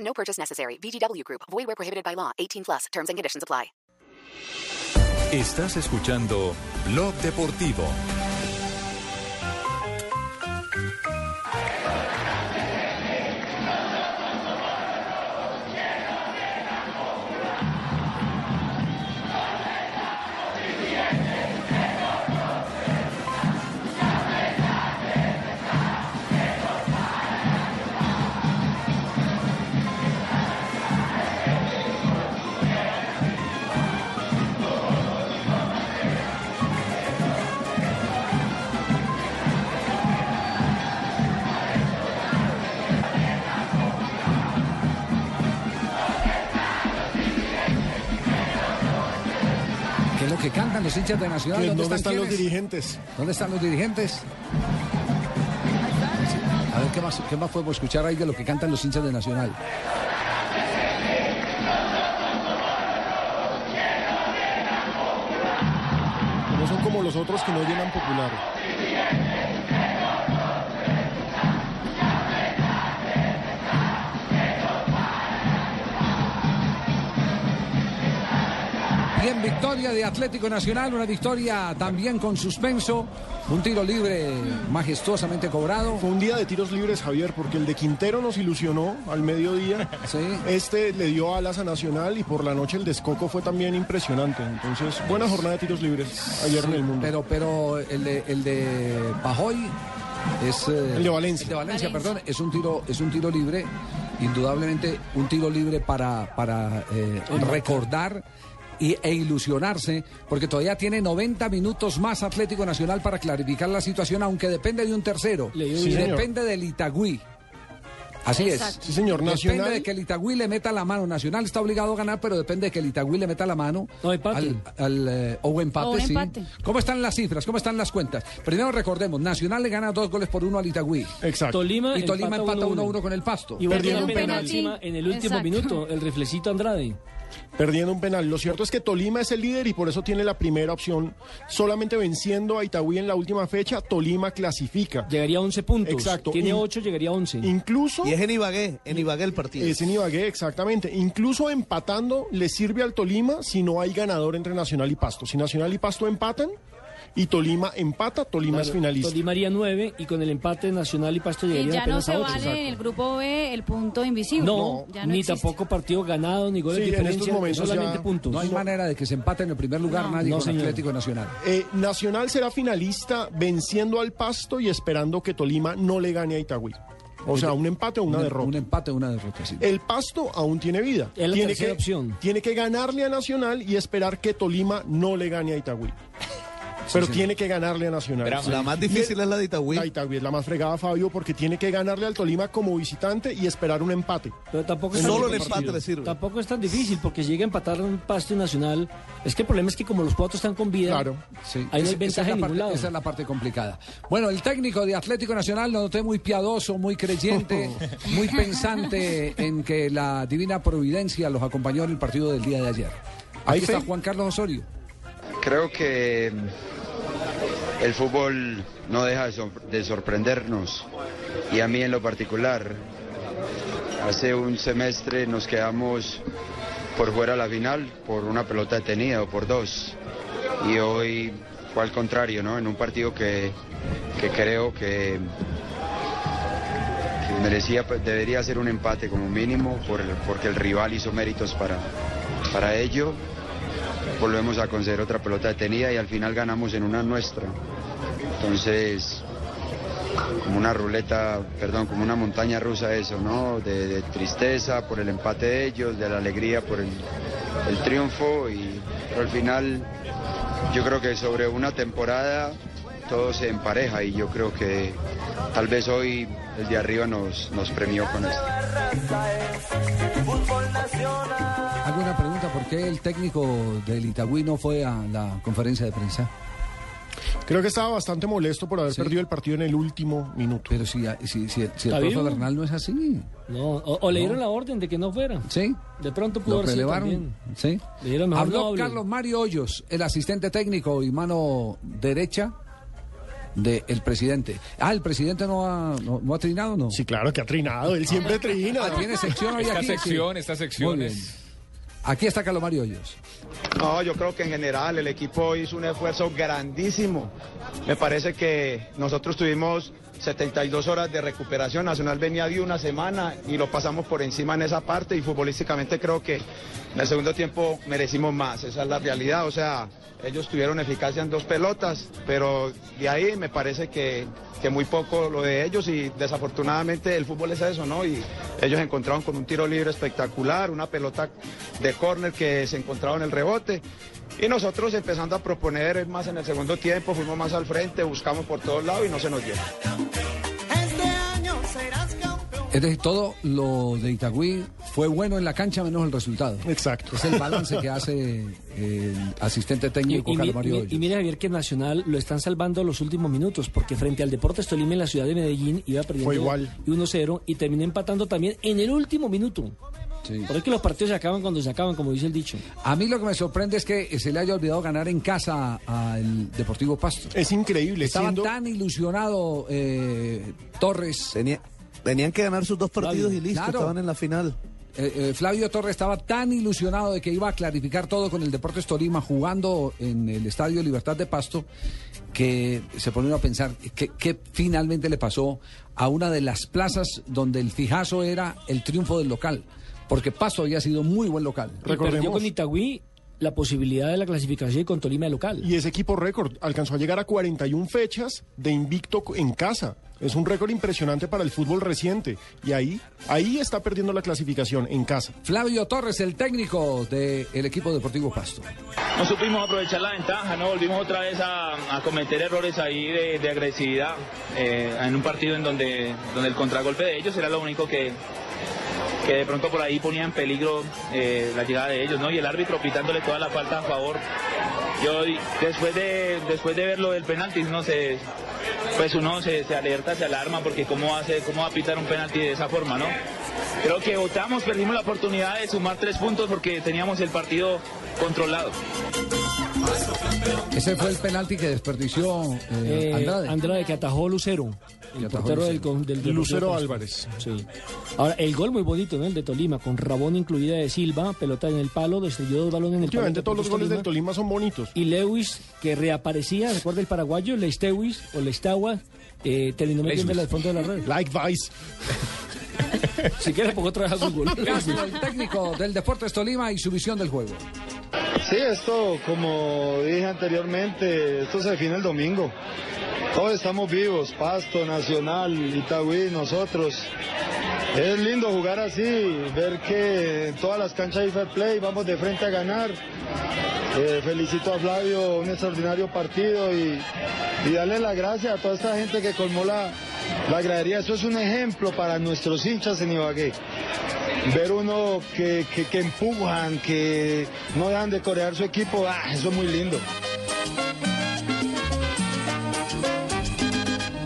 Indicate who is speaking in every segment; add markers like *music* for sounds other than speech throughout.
Speaker 1: No purchase necessary. VGW Group. Void where prohibited by law. 18 plus. Terms and conditions apply.
Speaker 2: Estás escuchando Blog Deportivo.
Speaker 3: ¿Qué es lo que cantan los hinchas de Nacional?
Speaker 4: Que
Speaker 3: ¿Dónde,
Speaker 4: ¿Dónde están los
Speaker 3: quiénes?
Speaker 4: dirigentes?
Speaker 3: ¿Dónde están los dirigentes? A ver, ¿qué más, ¿qué más podemos escuchar ahí de lo que cantan los hinchas de Nacional?
Speaker 4: No son como los otros que no llenan popular.
Speaker 3: Bien, victoria de Atlético Nacional, una victoria también con suspenso, un tiro libre majestuosamente cobrado.
Speaker 4: Fue un día de tiros libres, Javier, porque el de Quintero nos ilusionó al mediodía.
Speaker 3: *laughs* Sí.
Speaker 4: Este le dio alas a Nacional y por la noche el descoco fue también impresionante. Entonces, buena jornada de tiros libres ayer en el mundo.
Speaker 3: Pues, Pero, pero el de, el de Pajoy es eh,
Speaker 4: El de Valencia.
Speaker 3: el de Valencia, perdón, es un tiro, es un tiro libre, indudablemente un tiro libre para, para eh, recordar y- e ilusionarse, porque todavía tiene 90 minutos más Atlético Nacional para clarificar la situación, aunque depende de un tercero,
Speaker 4: Le dio
Speaker 3: y
Speaker 4: bien.
Speaker 3: depende del Itagüí. Así es.
Speaker 4: Sí, señor.
Speaker 3: Depende
Speaker 4: Nacional.
Speaker 3: de que el Itagüí le meta la mano. Nacional está obligado a ganar, pero depende de que el Itagüí le meta la mano.
Speaker 5: No, empate.
Speaker 3: Al, al, eh, o empate,
Speaker 6: O un
Speaker 3: sí.
Speaker 6: empate.
Speaker 3: ¿Cómo están las cifras? ¿Cómo están las cuentas? Primero recordemos, Nacional le gana dos goles por uno al Itagüí.
Speaker 4: Exacto.
Speaker 5: Tolima
Speaker 3: Y Tolima empata 1-1 con el Pasto.
Speaker 5: Y volvió
Speaker 6: Perdieron
Speaker 5: un
Speaker 6: un
Speaker 5: penal
Speaker 6: penalti.
Speaker 5: encima en el último
Speaker 6: Exacto.
Speaker 5: minuto, el reflecito Andrade.
Speaker 4: Perdiendo un penal. Lo cierto es que Tolima es el líder y por eso tiene la primera opción. Solamente venciendo a Itagüí en la última fecha, Tolima clasifica.
Speaker 5: Llegaría a 11 puntos.
Speaker 4: Exacto. Y-
Speaker 5: Tiene 8, llegaría a 11.
Speaker 4: Incluso...
Speaker 7: Y es en Ibagué, en Ibagué el partido.
Speaker 4: Es en Ibagué, exactamente. Incluso empatando le sirve al Tolima si no hay ganador entre Nacional y Pasto. Si Nacional y Pasto empatan y Tolima empata, Tolima es finalista.
Speaker 5: Tolima haría 9 y con el empate Nacional y Pasto
Speaker 6: Y
Speaker 5: llegaría
Speaker 6: ya no
Speaker 5: apenas
Speaker 6: se
Speaker 5: a 8.
Speaker 6: vale en el grupo B el punto invisible.
Speaker 5: No,
Speaker 6: ya no
Speaker 5: ni
Speaker 6: existe.
Speaker 5: tampoco partido ganado, ni goles
Speaker 4: Sí,
Speaker 5: de
Speaker 4: en estos
Speaker 5: diferencia,
Speaker 4: momentos
Speaker 5: solamente
Speaker 4: ya-
Speaker 5: puntos.
Speaker 3: No hay manera de que se empate en el primer lugar nadie
Speaker 5: No,
Speaker 3: con
Speaker 5: señor.
Speaker 3: Atlético Nacional.
Speaker 4: Eh, Nacional será finalista venciendo al Pasto y esperando que Tolima no le gane a Itagüí. O sea, un empate o una
Speaker 3: un,
Speaker 4: derrota.
Speaker 3: un empate, una derrota, sí.
Speaker 4: El Pasto aún tiene vida.
Speaker 5: Es la
Speaker 4: tiene
Speaker 5: tercera
Speaker 4: que,
Speaker 5: opción.
Speaker 4: Tiene que ganarle a Nacional y esperar que Tolima no le gane a Itagüí. Pero tiene que ganarle a Nacional. Sí.
Speaker 7: la más difícil es la de Itagüí.
Speaker 4: La Itagüí es la más fregada, Fabio, porque tiene que ganarle al Tolima como visitante y esperar un empate.
Speaker 5: Pero tampoco es tan
Speaker 7: Solo el
Speaker 5: difícil.
Speaker 7: empate le sirve.
Speaker 5: Tampoco es tan difícil porque si llega a empatar un Pasto y Nacional. Es que el problema es que como los cuatro están con vida,
Speaker 4: Claro.
Speaker 3: Sí,
Speaker 5: ahí no hay
Speaker 3: esa- esa,
Speaker 5: ventaja
Speaker 3: es
Speaker 5: en
Speaker 3: la
Speaker 5: ningún
Speaker 3: parte,
Speaker 5: lado.
Speaker 3: esa es la parte complicada. Bueno, el técnico de Atlético Nacional lo noté muy piadoso, muy
Speaker 5: *laughs*
Speaker 3: creyente, muy pensante en que la divina providencia los acompañó en el partido del día de ayer. Ahí
Speaker 4: Hay
Speaker 3: está
Speaker 4: fe.
Speaker 3: Juan Carlos Osorio.
Speaker 8: Creo que mm, el fútbol no deja de sor- de sorprendernos y a mí en lo particular. Hace un semestre nos quedamos por fuera de la final por una pelota detenida o por dos y hoy fue al contrario, ¿no? En un partido que, que creo que, que merecía, debería ser un empate como mínimo por- porque el rival hizo méritos para, para ello volvemos a conceder otra pelota detenida y al final ganamos en una nuestra. Entonces, como una ruleta, perdón, como una montaña rusa eso, ¿no? De, de tristeza por el empate de ellos, de la alegría por el, el triunfo, y, pero al final yo creo que sobre una temporada todo se empareja y yo creo que tal vez hoy el de arriba nos, nos premió con esto.
Speaker 3: qué el técnico del Itagüí no fue a la conferencia de prensa?
Speaker 4: Creo que estaba bastante molesto por haber
Speaker 3: Sí.
Speaker 4: perdido el partido en el último minuto.
Speaker 3: Pero si, si, si- si el
Speaker 5: Está
Speaker 3: profe
Speaker 5: vivo.
Speaker 3: Bernal no es así,
Speaker 5: No, o, o le dieron la orden de que no fuera.
Speaker 3: ¿sí?
Speaker 5: De pronto pudo
Speaker 3: Lo
Speaker 5: haber sido
Speaker 3: relevaron,
Speaker 5: también.
Speaker 3: ¿sí?
Speaker 5: Le dieron mejor
Speaker 3: Habló
Speaker 5: doble.
Speaker 3: Carlos Mario Hoyos, el asistente técnico y mano derecha del presidente. Ah, ¿el presidente no ha, no, no ha trinado, no?
Speaker 4: Sí, claro, que ha trinado. Él siempre trina.
Speaker 3: Ah, tiene sección hoy
Speaker 9: Esta
Speaker 3: aquí.
Speaker 9: sección,
Speaker 3: sí.
Speaker 9: esta sección
Speaker 3: Muy
Speaker 9: es-
Speaker 3: bien. Aquí está Carlos Mario Hoyos.
Speaker 8: No, yo creo que en general el equipo hizo un esfuerzo grandísimo. Me parece que nosotros tuvimos 72 horas de recuperación. Nacional venía de una semana y lo pasamos por encima en esa parte y futbolísticamente creo que en el segundo tiempo merecimos más. Esa es la realidad. O sea, ellos tuvieron eficacia en dos pelotas, pero de ahí me parece que, que muy poco lo de ellos y desafortunadamente el fútbol es eso, ¿no? Y ellos encontraron con un tiro libre espectacular, una pelota de córner que se encontraba en el rebote. Y nosotros empezando a proponer más en el segundo tiempo, fuimos más al frente, buscamos por todos lados y no se nos llega.
Speaker 3: Es decir, todo lo de Itagüí fue bueno en la cancha menos el resultado.
Speaker 4: Exacto.
Speaker 3: Es el balance que hace el asistente
Speaker 5: Y,
Speaker 3: técnico
Speaker 5: y mi-
Speaker 3: Carlos Mario
Speaker 5: mi-
Speaker 3: Hoyos.
Speaker 5: y mire Javier que Nacional lo están salvando los últimos minutos porque frente al Deportes Tolima en la ciudad de Medellín iba perdiendo
Speaker 4: Fue igual.
Speaker 5: 1-0 y terminó empatando también en el último minuto.
Speaker 3: Sí.
Speaker 5: Por eso que los partidos se acaban cuando se acaban, como dice el dicho.
Speaker 3: A mí lo que me sorprende es que se le haya olvidado ganar en casa al Deportivo Pasto.
Speaker 4: Es increíble.
Speaker 3: Estaba
Speaker 4: siendo-
Speaker 3: tan ilusionado eh, Torres. eh,
Speaker 7: Tenía- tenían que ganar sus dos partidos y listo,
Speaker 3: Claro.
Speaker 7: estaban en la final.
Speaker 3: eh, Flavio Torres estaba tan ilusionado de que iba a clarificar todo con el Deportes Tolima jugando en el Estadio Libertad de Pasto que se pone uno a pensar qué qué finalmente le pasó a una de las plazas donde el fijazo era el triunfo del local. Porque Pasto había sido muy buen local.
Speaker 5: Y
Speaker 4: Recordemos-
Speaker 5: perdió con Itagüí la posibilidad de la clasificación y con Tolima de local.
Speaker 4: Y ese equipo récord alcanzó a llegar a 41 fechas de invicto co- en casa. Es un récord impresionante para el fútbol reciente. Y ahí, ahí está perdiendo la clasificación en casa.
Speaker 3: Flavio Torres, el técnico del equipo Deportivo Pasto.
Speaker 8: No supimos aprovechar la ventaja, no volvimos otra vez a, a cometer errores ahí de, de agresividad eh, en un partido en donde, donde el contragolpe de ellos era lo único que, que de pronto por ahí ponía en peligro eh, la llegada de ellos, ¿no? Y el árbitro pitándole toda la falta a favor. Yo y- después de después de ver lo del penalti, no sé, pues uno se, se alerta, se alarma porque cómo hace, cómo va a pitar un penalti de esa forma, ¿no? Creo que votamos, perdimos la oportunidad de sumar tres puntos porque teníamos el partido controlado.
Speaker 3: Ese fue el penalti que desperdició eh,
Speaker 5: Eh,
Speaker 3: Andrade.
Speaker 5: Andrade. que atajó Lucero, el
Speaker 3: Que atajó
Speaker 5: portero del,
Speaker 3: Lucero.
Speaker 5: con- del Deportivo
Speaker 4: Lucero
Speaker 5: Pasto.
Speaker 4: Álvarez.
Speaker 5: Sí. Ahora, el gol muy bonito, ¿no? El de Tolima, con Rabón incluida de Silva, pelota en el palo, destruyó dos balones en el palo.
Speaker 4: Últimamente todos los goles del
Speaker 5: Deportes
Speaker 4: Tolima son bonitos.
Speaker 5: pues Y Lewis, que reaparecía, recuerda el paraguayo, Leistewis o Leistagua, eh, terminó metiéndole al fondo de la red.
Speaker 4: Like Vice.
Speaker 5: Si quieres, poco trabaja Google.
Speaker 3: *laughs* Castro, el técnico del Deportes Tolima y su visión del juego.
Speaker 8: Sí, esto, como dije anteriormente, esto se define el domingo. Todos estamos vivos, Pasto, Nacional, Itagüí, nosotros. Es lindo jugar así, ver que en todas las canchas hay fair play, vamos de frente a ganar. Eh, felicito a Flavio, un extraordinario partido y, y darle las gracias a toda esta gente que colmó la, la gradería. Eso es un ejemplo para nuestros hinchas en Ibagué ver uno que, que, que empujan, que no dejan de corear su equipo, ah, eso es muy lindo.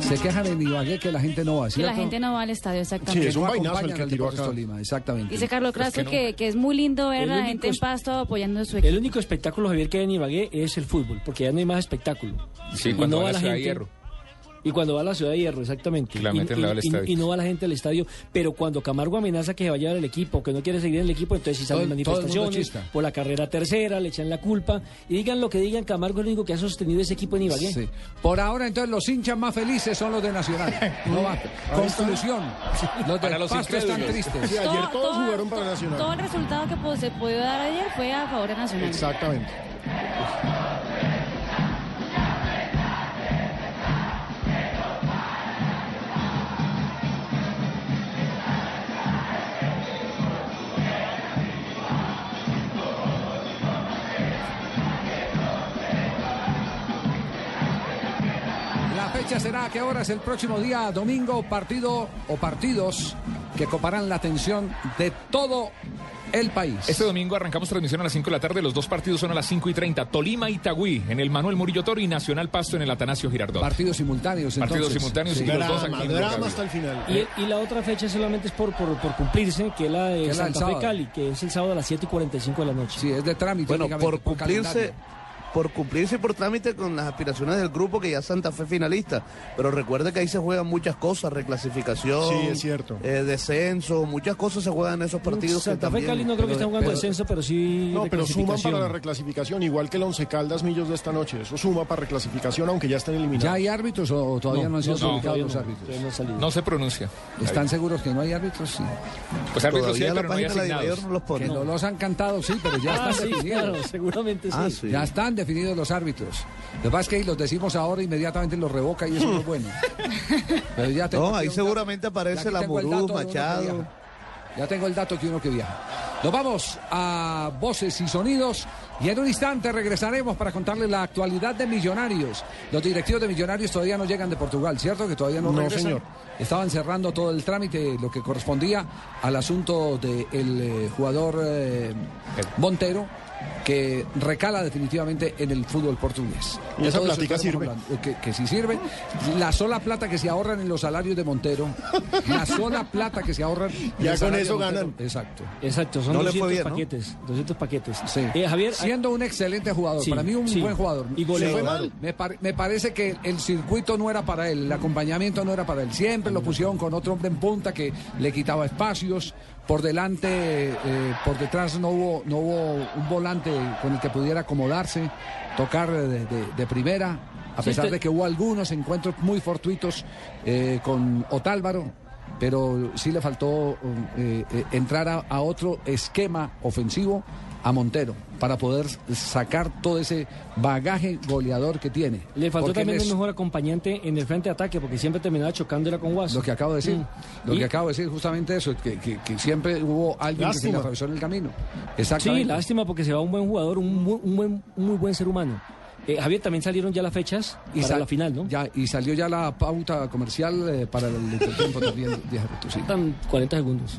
Speaker 3: Se quejan en Ibagué que la gente no va,
Speaker 6: Que
Speaker 3: ¿cierto?
Speaker 6: la gente no va al estadio,
Speaker 4: Sí,
Speaker 6: exactamente.
Speaker 4: es un vainazo
Speaker 3: acompañan
Speaker 4: el que
Speaker 3: al
Speaker 4: tiró
Speaker 3: Deportes
Speaker 4: acá.
Speaker 3: Tolima, exactamente.
Speaker 6: Dice Carlos Crasso
Speaker 9: no.
Speaker 6: que, que es muy lindo ver
Speaker 5: El
Speaker 6: a la
Speaker 5: único
Speaker 6: gente en
Speaker 5: es-
Speaker 6: pasto apoyando a su
Speaker 5: El
Speaker 6: equipo.
Speaker 5: único espectáculo, Javier, que hay en Ibagué es el fútbol, porque ya no hay más espectáculo.
Speaker 9: Sí,
Speaker 5: Y
Speaker 9: cuando
Speaker 5: no
Speaker 9: va a la ciudad de
Speaker 5: gente-
Speaker 9: hierro.
Speaker 5: Y cuando va a la ciudad de hierro, exactamente.
Speaker 9: Que la
Speaker 5: y,
Speaker 9: meten, la va al
Speaker 5: y- y-
Speaker 9: estadio.
Speaker 5: y no va la gente al estadio. Pero cuando Camargo amenaza que se vaya del equipo, que no quiere seguir en el equipo, entonces sí salen
Speaker 3: Todo- todo el mundo
Speaker 5: manifestaciones
Speaker 3: chista.
Speaker 5: por la carrera tercera, le echan la culpa. Y digan lo que digan, Camargo es el único que ha sostenido ese equipo en Ibagué.
Speaker 3: Sí. Por ahora, entonces, los hinchas más felices son los de
Speaker 4: *laughs*
Speaker 3: Nacional. No va. Conclusión. Los de
Speaker 9: Para los
Speaker 3: Pasto están
Speaker 9: incrédulos.
Speaker 4: Sí,
Speaker 3: tristes.
Speaker 4: ayer
Speaker 6: Todo-
Speaker 4: todos
Speaker 6: todo-
Speaker 4: jugaron para
Speaker 6: to-
Speaker 4: Nacional.
Speaker 6: Todo el resultado que pues, se pudo dar ayer fue a favor de Nacional.
Speaker 4: Exactamente.
Speaker 3: La fecha será que ahora es el próximo día, domingo, partido o partidos que coparán la atención de todo el país.
Speaker 9: Este domingo arrancamos transmisión a las 5 de la tarde. Los dos partidos son a las 5 y 30. Tolima Itagüí en el Manuel Murillo Toro y Nacional Pasto en el Atanasio Girardot.
Speaker 3: Partidos simultáneos.
Speaker 9: Partidos simultáneos
Speaker 4: Sí.
Speaker 9: y los dos
Speaker 4: Drama,
Speaker 9: aquí en
Speaker 4: drama
Speaker 9: Bogotá.
Speaker 4: hasta el final.
Speaker 5: Y, y la otra fecha solamente es por, por, por cumplirse, que es la de
Speaker 3: Que es la del
Speaker 5: Santa Fe
Speaker 3: sábado.
Speaker 5: Cali, que es el sábado a las 7 y 45 de la noche.
Speaker 3: Sí, es de trámite.
Speaker 7: Bueno,
Speaker 3: únicamente,
Speaker 7: por cumplirse,
Speaker 3: calendario.
Speaker 7: por cumplirse y por trámite con las aspiraciones del grupo que ya Santa Fe es finalista. Pero recuerde que ahí se juegan muchas cosas, reclasificación,
Speaker 4: Sí, es cierto.
Speaker 7: eh, descenso, muchas cosas se juegan en esos partidos. que
Speaker 5: Santa Fe
Speaker 7: también-
Speaker 5: Cali no creo que
Speaker 7: pero-
Speaker 5: esté jugando
Speaker 7: pero-
Speaker 5: descenso, pero sí.
Speaker 4: No,
Speaker 5: de
Speaker 4: pero suman para
Speaker 5: clasificación.
Speaker 4: la reclasificación, igual que el Once Caldas Millos de esta noche. Eso suma para reclasificación, aunque ya están eliminados.
Speaker 3: ¿Ya hay árbitros o todavía no, han sido
Speaker 9: no,
Speaker 3: publicados
Speaker 5: Todavía
Speaker 3: los
Speaker 5: no,
Speaker 3: árbitros?
Speaker 5: todavía no ha salido.
Speaker 9: No se pronuncia.
Speaker 3: ¿Están seguros que no hay árbitros? Sí.
Speaker 9: Pues árbitros sí,
Speaker 7: Todavía
Speaker 9: hay,
Speaker 7: la
Speaker 9: pero no hay
Speaker 7: página de la Diayor
Speaker 9: asignados.
Speaker 7: Pues no los
Speaker 3: Que
Speaker 7: pone.
Speaker 3: no los han cantado, sí, pero ya
Speaker 5: Ah,
Speaker 3: están
Speaker 5: sí,
Speaker 3: definidos.
Speaker 5: claro, seguramente sí.
Speaker 7: Ah, sí.
Speaker 3: Ya están definidos los árbitros. Lo que pasa es que los decimos ahora inmediatamente los revoca y eso no es bueno. Pero ya tengo
Speaker 7: No,
Speaker 3: aquí
Speaker 7: ahí
Speaker 3: un
Speaker 7: seguramente aparece
Speaker 3: aquí
Speaker 7: la
Speaker 3: tengo el
Speaker 7: Murús,
Speaker 3: dato de uno que
Speaker 7: Machado.
Speaker 3: viaja. Ya tengo el dato que uno que viaja. Nos vamos a voces y sonidos y en un instante regresaremos para contarles la actualidad de Millonarios. Los directivos de Millonarios todavía no llegan de Portugal, ¿cierto? Que todavía no,
Speaker 4: No,
Speaker 3: regresan.
Speaker 4: señor.
Speaker 3: Estaban cerrando todo el trámite, lo que correspondía al asunto del jugador eh, Montero, que recala definitivamente en el fútbol portugués.
Speaker 4: ¿Y
Speaker 3: De
Speaker 4: esa
Speaker 3: todo eso
Speaker 4: platica
Speaker 3: estamos
Speaker 4: sirve?
Speaker 3: hablando, eh, Que, que sí sirve. La sola plata que se ahorran en los salarios de Montero, la sola plata que se ahorran. en
Speaker 4: Ya
Speaker 3: el
Speaker 4: con
Speaker 3: salario
Speaker 4: eso
Speaker 3: de Montero.
Speaker 4: ganan.
Speaker 3: Exacto.
Speaker 5: Exacto, son
Speaker 7: No le
Speaker 5: 200
Speaker 7: fue bien, ¿no?
Speaker 5: paquetes. 200 paquetes.
Speaker 3: Sí.
Speaker 5: Eh, Javier,
Speaker 3: siendo un excelente jugador,
Speaker 5: Sí,
Speaker 3: para mí un
Speaker 5: sí.
Speaker 3: buen jugador.
Speaker 5: Y goleador.
Speaker 4: ¿Le fue mal?
Speaker 3: Me, par- me parece que el circuito no era para él, el acompañamiento no era para él. Siempre lo pusieron con otro hombre en punta que le quitaba espacios. Por delante, eh, por detrás no hubo, no hubo un volante con el que pudiera acomodarse, tocar de, de- de primera, a
Speaker 5: Sí,
Speaker 3: pesar
Speaker 5: te-
Speaker 3: de que hubo algunos encuentros muy fortuitos eh, con Otálvaro. Pero sí le faltó um, eh, eh, entrar a- a otro esquema ofensivo a Montero para poder sacar todo ese bagaje goleador que tiene.
Speaker 5: le faltó
Speaker 3: Porque él
Speaker 5: también
Speaker 3: es
Speaker 5: un mejor acompañante en el frente de ataque, porque siempre terminaba chocando era con Guas.
Speaker 3: Lo que acabo de decir,
Speaker 5: Mm.
Speaker 3: lo
Speaker 5: Y-
Speaker 3: que acabo de decir justamente eso, que, que- que siempre hubo alguien que se le
Speaker 4: Lástima.
Speaker 3: atravesó en el camino.
Speaker 5: Sí,
Speaker 3: Exactamente.
Speaker 5: lástima porque se va un buen jugador, un muy, un buen, un muy buen ser humano. Eh, Javier, también salieron ya las fechas y para
Speaker 3: sal-
Speaker 5: la final, ¿no?
Speaker 3: Ya, y salió ya la pauta comercial eh, para el entretiempo también,
Speaker 5: *laughs*
Speaker 3: Díaz Arreto, sí.
Speaker 5: Faltan 40 segundos.